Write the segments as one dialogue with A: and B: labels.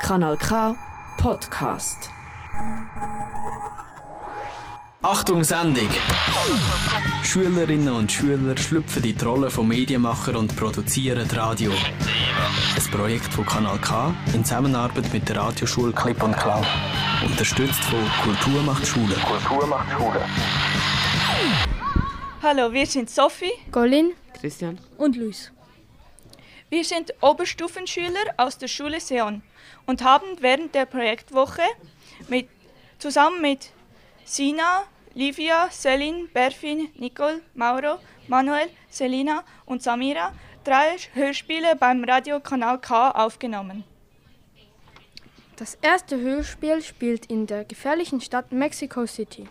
A: Kanal K Podcast.
B: Achtung Sendung! Schülerinnen und Schüler schlüpfen in die Rolle von Medienmacher und produzieren die Radio. Ein Projekt von Kanal K in Zusammenarbeit mit der Radioschule Clip und Klau. Unterstützt von Kultur macht Schule. Kultur macht Schule.
C: Hallo, wir sind Sophie,
D: Colin,
E: Christian.
D: und Luis.
C: wir sind Oberstufenschüler aus der Schule Seon und haben während der Projektwoche mit, zusammen mit Sina, Livia, Selin, Berfin, Nicole, Mauro, Manuel, Selina und Samira drei Hörspiele beim Radio Kanal K aufgenommen.
D: Das erste Hörspiel spielt in der gefährlichen Stadt Mexico City.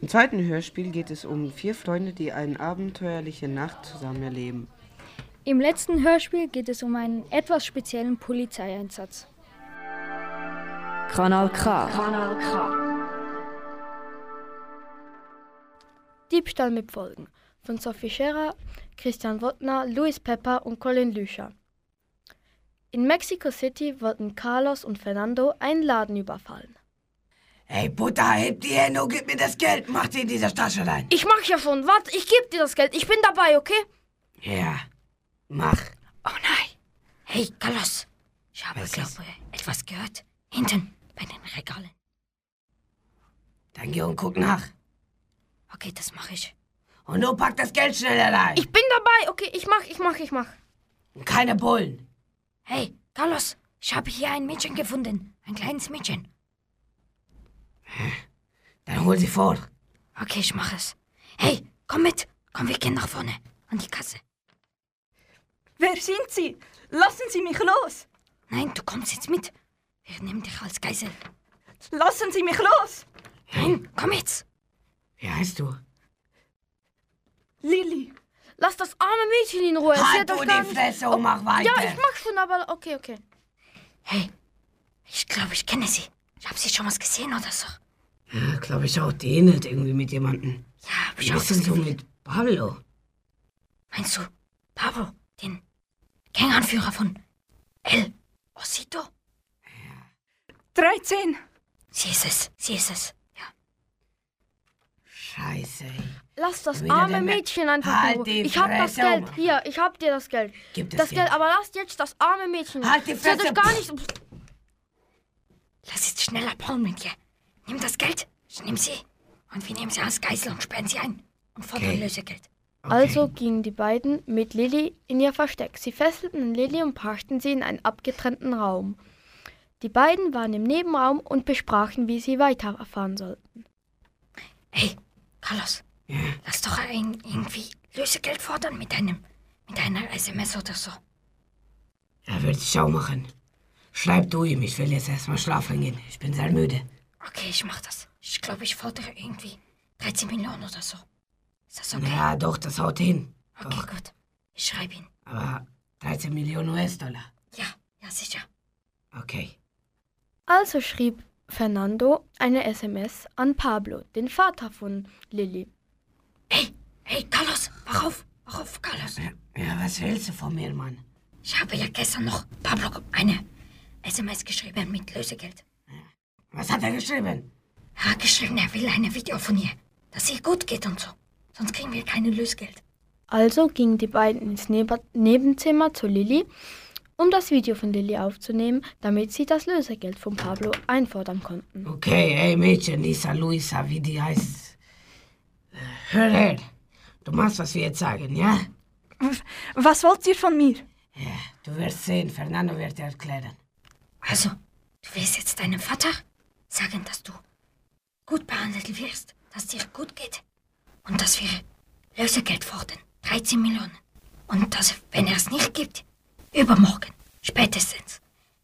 E: Im zweiten Hörspiel geht es um vier Freunde, die eine abenteuerliche Nacht zusammen erleben.
F: Im letzten Hörspiel geht es um einen etwas speziellen Polizeieinsatz.
A: Kanal K.
D: Diebstahl mit Folgen von Sophie Scherer, Christian Wottner, Luis Pepper und Colin Lüscher. In Mexico City wollten Carlos und Fernando einen Laden überfallen.
G: Hey Butter, heb die Hände und gib mir das Geld. Mach sie in dieser Tasche rein.
D: Ich mach ja schon, warte, ich geb dir das Geld, ich bin dabei, okay?
G: Ja, mach.
H: Oh nein! Hey, Carlos! Ich habe,
G: Was ist?
H: glaube etwas gehört. Hinten, bei den Regalen.
G: Dann geh und guck nach.
H: Okay, das mache ich.
G: Und du pack das Geld schneller rein.
D: Ich bin dabei, okay, ich mach, ich mach, ich mach.
G: Und keine Bullen.
H: Hey, Carlos! Ich habe hier ein Mädchen gefunden. Ein kleines Mädchen.
G: Dann hol sie vor.
H: Okay, ich mache es. Hey, komm mit! Komm, wir gehen nach vorne. An die Kasse.
C: Wer sind Sie? Lassen Sie mich los!
H: Nein, du kommst jetzt mit. Wir nehmen dich als Geisel.
C: Lassen Sie mich los!
H: Nein, komm jetzt!
G: Wie heißt du?
C: Lilly!
D: Lass das arme Mädchen in Ruhe, sie
G: halt
D: hat
G: du
D: doch gar
G: die
D: nicht...
G: Fresse und mach weiter.
D: Ja, ich mach schon, aber okay, okay.
H: Hey, ich glaube, ich kenne sie. Ich habe sie schon mal gesehen oder so.
G: Ja, glaube ich auch. Die ähnelt irgendwie mit jemandem.
H: Ja, hab
G: Wie
H: ich auch
G: ist denn
H: das
G: so
H: Gefühl.
G: mit Pablo?
H: Meinst du, Pablo, den Ganganführer von El Osito?
C: 13!
H: Sie ist es, sie ist es. Ja.
G: Scheiße. ey.
D: Lass das
G: Wieder
D: arme
G: der Ma-
D: Mädchen einfach
G: Halt
D: in Ruhe.
G: die
D: Ich hab das
G: Fresse,
D: Geld.
G: Oma.
D: Hier, ich hab dir das Geld.
G: Gib das
D: das
G: Geld.
D: Geld, aber lass jetzt das arme Mädchen.
G: Halt die
D: Sie hat
G: Fresse,
D: euch gar
G: pff.
D: nicht.
H: Lass jetzt schneller abhauen mit dir. Nimm das Geld, ich nehme sie. Und wir nehmen sie als Geisel und sperren sie ein. Und fordern
G: Okay.
H: Lösegeld.
G: Okay.
D: Also gingen die beiden mit Lilly in ihr Versteck. Sie fesselten Lilly und brachten sie in einen abgetrennten Raum. Die beiden waren im Nebenraum und besprachen, wie sie weiterfahren sollten.
H: Hey, Carlos, lass doch ein, irgendwie Lösegeld fordern mit einem, mit einer SMS oder so.
G: Er wird Schau machen. Schreib du ihm. Ich will jetzt erstmal schlafen gehen. Ich bin sehr müde.
H: Okay, ich mach das. Ich glaube, ich fordere irgendwie 13 Millionen oder so. Ist das okay?
G: Ja, doch, das haut hin.
H: okay, gut. Ich schreibe ihn.
G: Aber 13 Millionen US-Dollar.
H: Ja, ja, sicher.
G: Okay.
D: Also schrieb Fernando eine SMS an Pablo, den Vater von Lilly.
H: Hey, hey, Carlos, wach auf. Wach auf, Carlos.
G: Ja, was willst du von mir, Mann?
H: Ich habe ja gestern noch Pablo eine SMS geschrieben mit Lösegeld.
G: Was hat er geschrieben?
H: Er hat geschrieben, er will ein Video von ihr, dass ihr gut geht und so. Sonst kriegen wir kein Lösegeld.
D: Also gingen die beiden ins Nebe- Nebenzimmer zu Lilly, um das Video von Lilly aufzunehmen, damit sie das Lösegeld von Pablo einfordern konnten.
G: Okay, hey Mädchen, Lisa, Luisa, wie die heißt. Äh, Hör her, du machst, was wir jetzt sagen, ja?
C: Was wollt ihr von mir?
G: Ja, du wirst sehen, Fernando wird dir erklären.
H: Also, du willst jetzt deinem Vater sagen, dass du gut behandelt wirst, dass dir gut geht und dass wir Lösegeld fordern, 13 Millionen. Und dass, wenn er es nicht gibt, übermorgen, spätestens,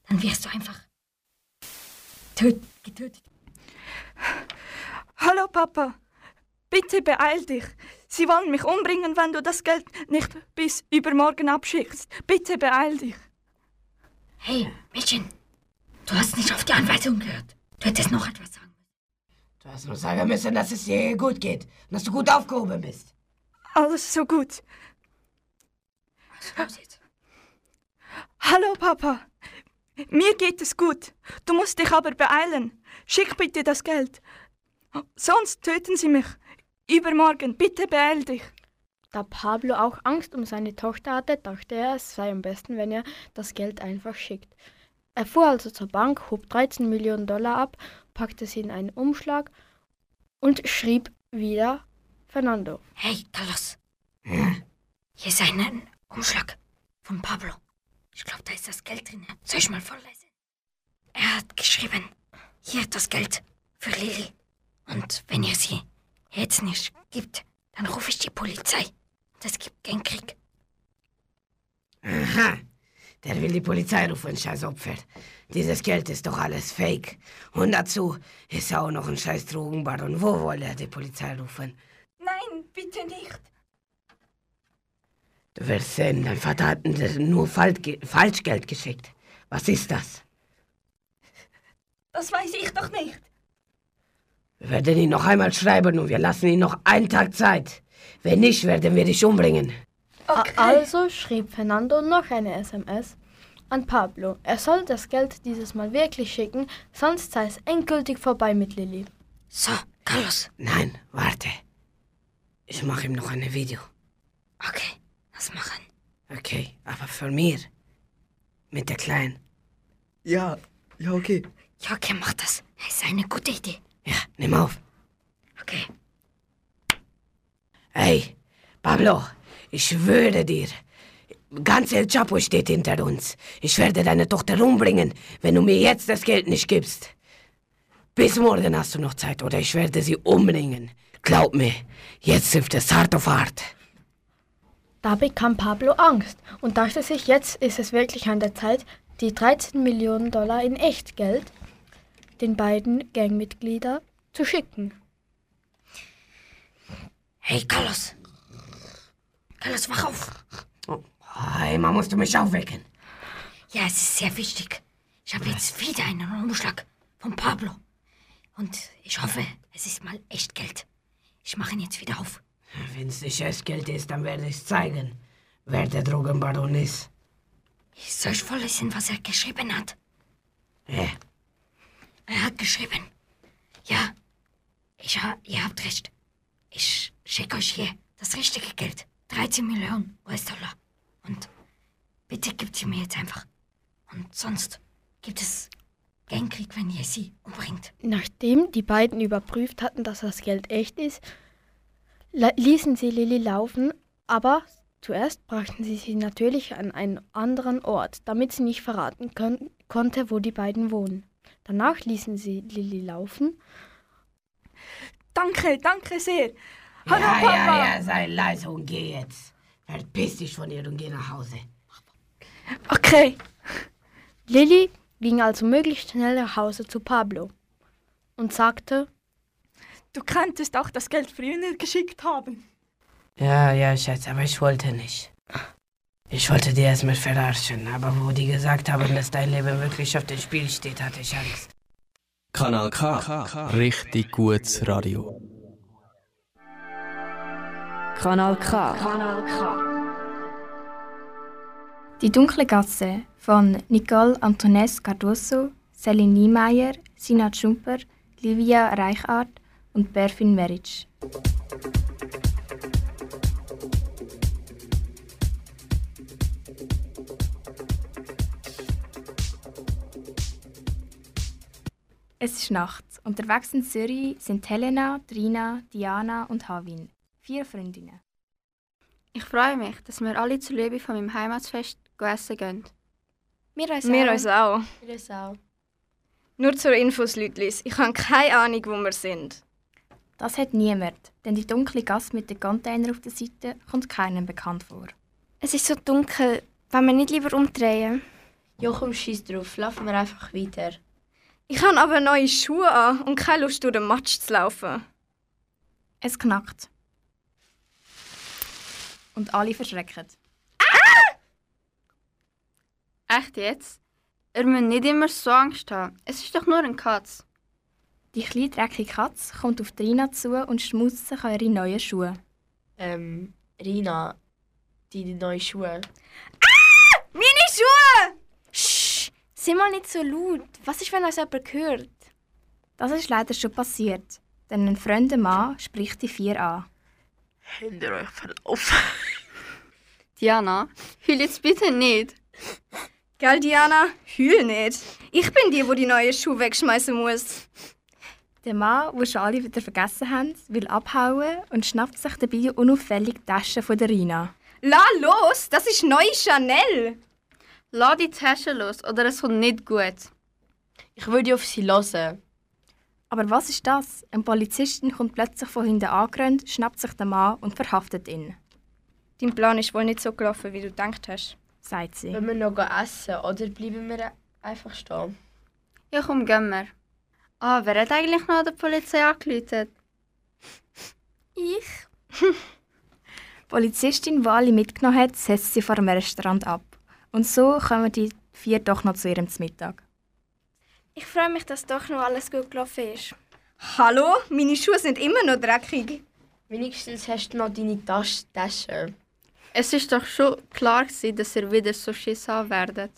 H: dann wirst du einfach töt getötet.
C: Hallo Papa, bitte beeil dich. Sie wollen mich umbringen, wenn du das Geld nicht bis übermorgen abschickst. Bitte beeil dich.
H: Hey, Mädchen, du hast nicht auf die Anweisung gehört. Du hättest noch etwas sagen müssen.
G: Du hast nur sagen müssen, dass es dir gut geht und dass du gut aufgehoben bist.
C: Alles so gut.
H: Was ist los jetzt?
C: Hallo Papa, Mir geht es gut. Du musst dich aber beeilen. Schick bitte das Geld. Sonst töten sie mich. Übermorgen, bitte beeil dich.
D: Da Pablo auch Angst um seine Tochter hatte, dachte er, es sei am besten, wenn er das Geld einfach schickt. Er fuhr also zur Bank, hob 13 Millionen Dollar ab, packte sie in einen Umschlag und schrieb wieder Fernando.
H: Hey, Carlos. Hier ist ein Umschlag von Pablo. Ich glaube, da ist das Geld drin. Soll ich mal vorlesen? Er hat geschrieben, hier das Geld für Lili. Und wenn ihr sie jetzt nicht gibt, dann rufe ich die Polizei. Und es gibt keinen Krieg.
I: Aha, der will die Polizei rufen, scheiß Opfer. Dieses Geld ist doch alles fake. Und dazu ist er auch noch ein scheiß Drogenbaron. Wo will er die Polizei rufen?
C: Nein, bitte nicht.
I: Du wirst sehen, dein Vater hat dir nur Faltge Falschgeld geschickt. Was ist das?
C: Das weiß ich doch nicht.
I: Wir werden ihn noch einmal schreiben und wir lassen ihn noch einen Tag Zeit. Wenn nicht, werden wir dich umbringen.
D: A- Also schrieb Fernando noch eine SMS an Pablo. Er soll das Geld dieses Mal wirklich schicken, sonst sei es endgültig vorbei mit Lilly.
H: So, Carlos.
I: Nein, warte. Ich mache ihm noch ein Video.
H: Okay, lass machen.
I: Okay, aber für mir. Mit der Kleinen.
J: Ja, ja, okay.
H: Ja, okay, mach das. Das ist eine gute Idee.
I: Ja, nimm auf.
H: Okay.
I: Hey, Pablo, ich schwöre dir. Ganz El Chapo steht hinter uns. Ich werde deine Tochter umbringen, wenn du mir jetzt das Geld nicht gibst. Bis morgen hast du noch Zeit oder ich werde sie umbringen. Glaub mir, jetzt hilft es hart auf hart.
D: Da bekam Pablo Angst und dachte sich, jetzt ist es wirklich an der Zeit, die 13 Millionen Dollar in Echtgeld den beiden Gangmitgliedern zu schicken.
H: Hey, Carlos. Carlos, wach auf.
I: Hey, man musst du mich aufwecken.
H: Ja, es ist sehr wichtig. Ich habe jetzt wieder einen Umschlag von Pablo. Und ich hoffe, es ist mal echt Geld. Ich mache ihn jetzt wieder auf.
I: Wenn es nicht erst Geld ist, dann werde ich zeigen, wer der Drogenbaron ist.
H: Ich soll ich vorlesen, was er geschrieben hat?
I: Ja.
H: Er hat geschrieben. Ja, ich ha ihr habt recht. Ich schicke euch hier das richtige Geld. 13 Millionen US-Dollar. Und bitte gebt sie mir jetzt einfach. Und sonst gibt es Gangkrieg, wenn ihr sie umbringt.
D: Nachdem die beiden überprüft hatten, dass das Geld echt ist, la- ließen sie Lilly laufen, aber zuerst brachten sie sie natürlich an einen anderen Ort, damit sie nicht verraten kön- konnte, wo die beiden wohnen. Danach ließen sie Lilly laufen.
C: Danke, danke sehr.
I: Ja,
C: Hallo, Papa.
I: ja, ja, sei leise und geh jetzt. Verpiss dich von ihr und geh nach Hause.
C: Okay.
D: Lilly ging also möglichst schnell nach Hause zu Pablo und sagte,
C: Du könntest auch das Geld früher geschickt haben.
I: Ja, ja, Schatz, aber ich wollte nicht. Ich wollte die erstmal verarschen, aber wo die gesagt haben, dass dein Leben wirklich auf dem Spiel steht, hatte ich Angst.
B: Kanal K. Richtig gutes Radio.
A: Kanal K.
K: Die dunkle Gasse von Nicole Antones Cardoso, Celine Niemeyer, Sina Schumper, Livia Reichart und Berfin Meric. Es ist Nacht. Unterwegs in Zürich sind Helena, Trina, Diana und Havin. Vier Freundinnen.
L: Ich freue mich, dass wir alle zur Liebe von meinem Heimatfest essen gehen.
K: Wir uns
L: Wir uns auch.
M: Wir uns auch.
L: Nur zur Infos, Lütlis. Ich habe keine Ahnung, wo wir sind.
K: Das hat niemand, denn die dunkle Gasse mit den Containern auf der Seite kommt keinem bekannt vor.
L: Es ist so dunkel. Wenn wir nicht lieber umdrehen?
M: Jochum schießt drauf, laufen wir einfach weiter.
L: Ich habe aber neue Schuhe an und keine Lust, durch den Matsch zu laufen.
K: Es knackt. Und alle verschrecken.
L: Echt jetzt? Ihr müsst nicht immer so Angst haben. Es ist doch nur ein Katz.
K: Die kleine dreckige Katze kommt auf Trina zu und schmutzt sich an ihre neuen Schuhe.
M: Ähm, Rina,
K: Ah!
M: die, die neuen Schuhe.
L: Meine Schuhe! Sch,
N: Sei mal nicht so laut. Was ist, wenn uns jemand hört?
O: Das ist leider schon passiert, denn ein fremder Mann spricht die vier an.
P: Habt ihr euch verlaufen? Diana, heul jetzt bitte nicht.
Q: Gell, Diana? Heul nicht. Ich bin die, wo die neue Schuhe wegschmeißen muss.
O: Der Mann, wo schon alle wieder vergessen haben, will abhauen und schnappt sich dabei unauffällig die Tasche von der Rina.
Q: La los, das ist neue Chanel.
P: Lass die Tasche los, oder es kommt nicht gut.
R: Ich würde auf sie hören.
O: Aber was ist das? Ein Polizist kommt plötzlich von hinten angerannt, schnappt sich den Mann und verhaftet ihn.
Q: Dein Plan ist wohl nicht so gelaufen, wie du gedacht hast,
O: sagt sie.
R: Wollen wir noch gehen essen oder bleiben wir einfach stehen?
P: Ja, komm, gehen wir. Ah, wer hat eigentlich noch der Polizei angerufen?
N: Ich?
O: die Polizistin, die alle mitgenommen hat, setzt sie vor dem Restaurant ab. Und so kommen die vier doch noch zu ihrem Mittag.
N: Ich freue mich, dass doch noch alles gut gelaufen ist.
Q: Hallo, meine Schuhe sind immer noch dreckig.
R: Wenigstens hast du noch deine Tas- Tasche.
P: Es ist doch schon klar, gewesen, dass ihr wieder so Schiss haben werdet.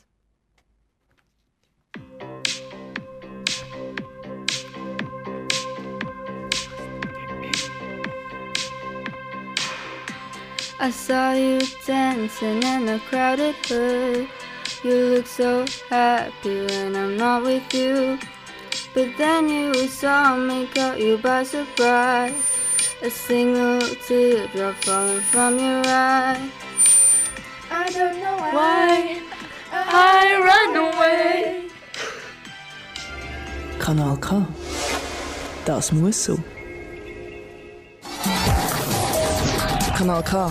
P: I saw you dancing in a crowded hood. You look so happy when I'm not with you. But then you saw me, caught you by surprise. A single teardrop falling from your eye.
N: I don't know
P: why I run away.
S: Kanal K. Das muss so. Kanal K.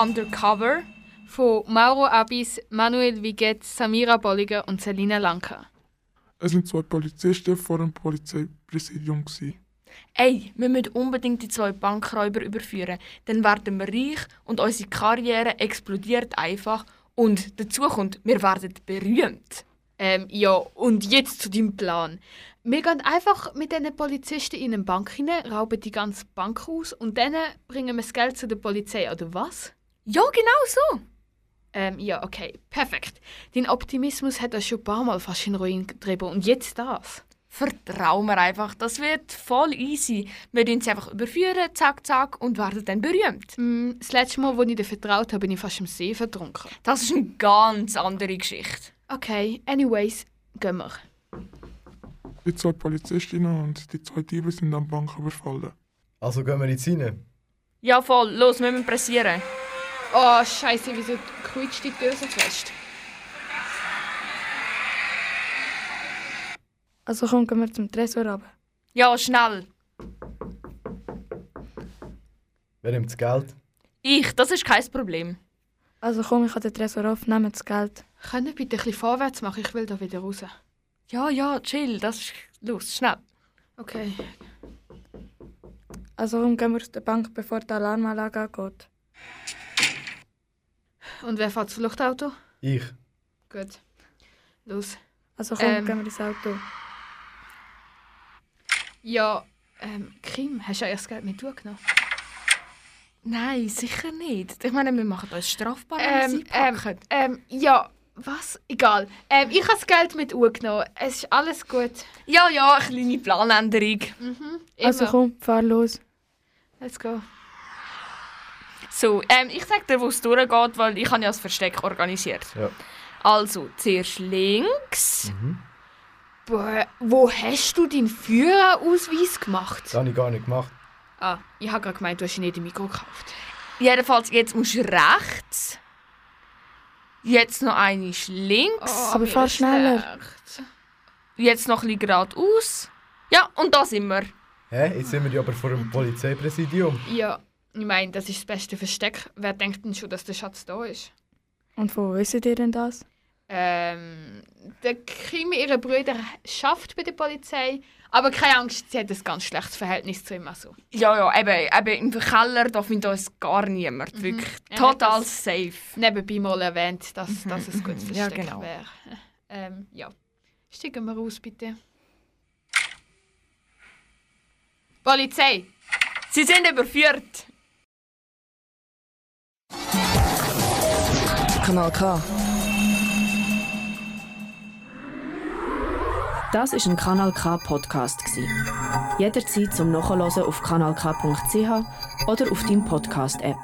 K: Undercover von Mauro Abis, Manuel Viget, Samira Bolliger und Selina Lanka.
T: Es sind zwei Polizisten vor dem Polizeipräsidium. gsi.
R: Ey, wir müssen unbedingt die zwei Bankräuber überführen. Dann werden wir reich und unsere Karriere explodiert einfach. Und dazu kommt, wir werden berühmt.
K: Ähm, ja, und jetzt zu deinem Plan. Wir gehen einfach mit diesen Polizisten in eine Bank hinein, rauben die ganze Bank aus und dann bringen wir das Geld zu der Polizei, oder was?
R: Ja, genau so.
K: Ähm, ja, okay, perfekt. Dein Optimismus hat uns schon ein paar Mal fast in den Ruin getrieben und jetzt das.
R: Vertrau mir einfach, das wird voll easy. Wir tun sie einfach überführen, zack, zack, und werden dann berühmt.
K: Mm, das letzte Mal, als ich dir vertraut habe, bin ich fast im See vertrunken.
R: Das ist eine ganz andere Geschichte.
K: Okay, anyways, gehen wir.
T: Die zwei Polizistinnen und die zwei Diebe sind am Bank überfallen.
I: Also gehen wir jetzt rein.
R: Ja, voll, los, wir müssen pressieren.
K: Oh, Scheiße, wieso quietscht die Tür so fest?
U: Also komm, gehen wir zum Tresor runter.
R: Ja, schnell.
I: Wer nimmt das Geld?
R: Ich, das ist kein Problem.
U: Also komm, ich habe den Tresor auf, nehme das Geld.
K: Könnt ihr bitte ein bisschen vorwärts machen? Ich will da wieder raus.
R: Ja, ja, chill, das ist los, schnell.
K: Okay.
U: Also komm, gehen wir aus der Bank, bevor die Alarmanlage geht.
K: Und wer fährt das Fluchtauto?
I: Ich.
K: Gut. Los.
U: Also komm,
K: Ähm.
U: gehen wir ins Auto.
K: Ja, ähm, Kim, hast du eigentlich das Geld mit dir genommen?
R: Nein, sicher nicht. Ich meine, wir machen uns strafbar, wenn wir
K: Ähm,
R: sie
K: ähm,
R: packen.
K: ähm, ja, was? Egal. Ähm, ich habe das Geld mit Uhr genommen. Es ist alles gut.
R: Ja, ja, eine kleine Planänderung.
K: Mhm,
U: Also
K: immer.
U: komm, fahr los.
K: Let's go.
R: So, ähm, ich sag dir, wo es durchgeht, weil ich habe ja das Versteck organisiert.
I: Ja.
R: Also, zuerst links.
K: Boah, wo hast du deinen Führerausweis gemacht?
I: Das habe ich gar nicht gemacht.
K: Ah, ich habe gerade gemeint, du hast ihn nicht im Mikro gekauft.
R: Jedenfalls, jetzt musst du rechts. Jetzt noch eine
M: Oh,
R: links.
K: Oh,
U: Aber fahr schneller.
R: Jetzt noch ein bisschen geradeaus. Ja, und da sind wir.
I: Hä? Jetzt sind wir ja aber vor dem Polizeipräsidium.
K: Ja, ich meine, das ist das beste Versteck. Wer denkt denn schon, dass der Schatz da ist?
U: Und wo wisst ihr denn das?
K: Ähm, der Kimi, ihre Brüder, schafft bei der Polizei. Aber keine Angst, sie hat ein ganz schlechtes Verhältnis zu ihm. Also.
R: Ja, ja, eben, eben im Keller darf mit uns gar niemand. Wirklich
K: Mhm. Er hat
R: total
K: das
R: safe.
K: Nebenbei mal erwähnt, dass,
R: Mhm,
K: dass es ein gutes
R: mhm. Ja,
K: Versteck
R: genau.
K: wäre. Ähm, ja. Steigen wir raus, bitte. Polizei!
R: Sie sind überführt.
S: Kanal K.
A: Das ist ein Kanal K Podcast gsi. Jederzeit zum Nachhören auf kanalk.ch oder auf deinem Podcast App.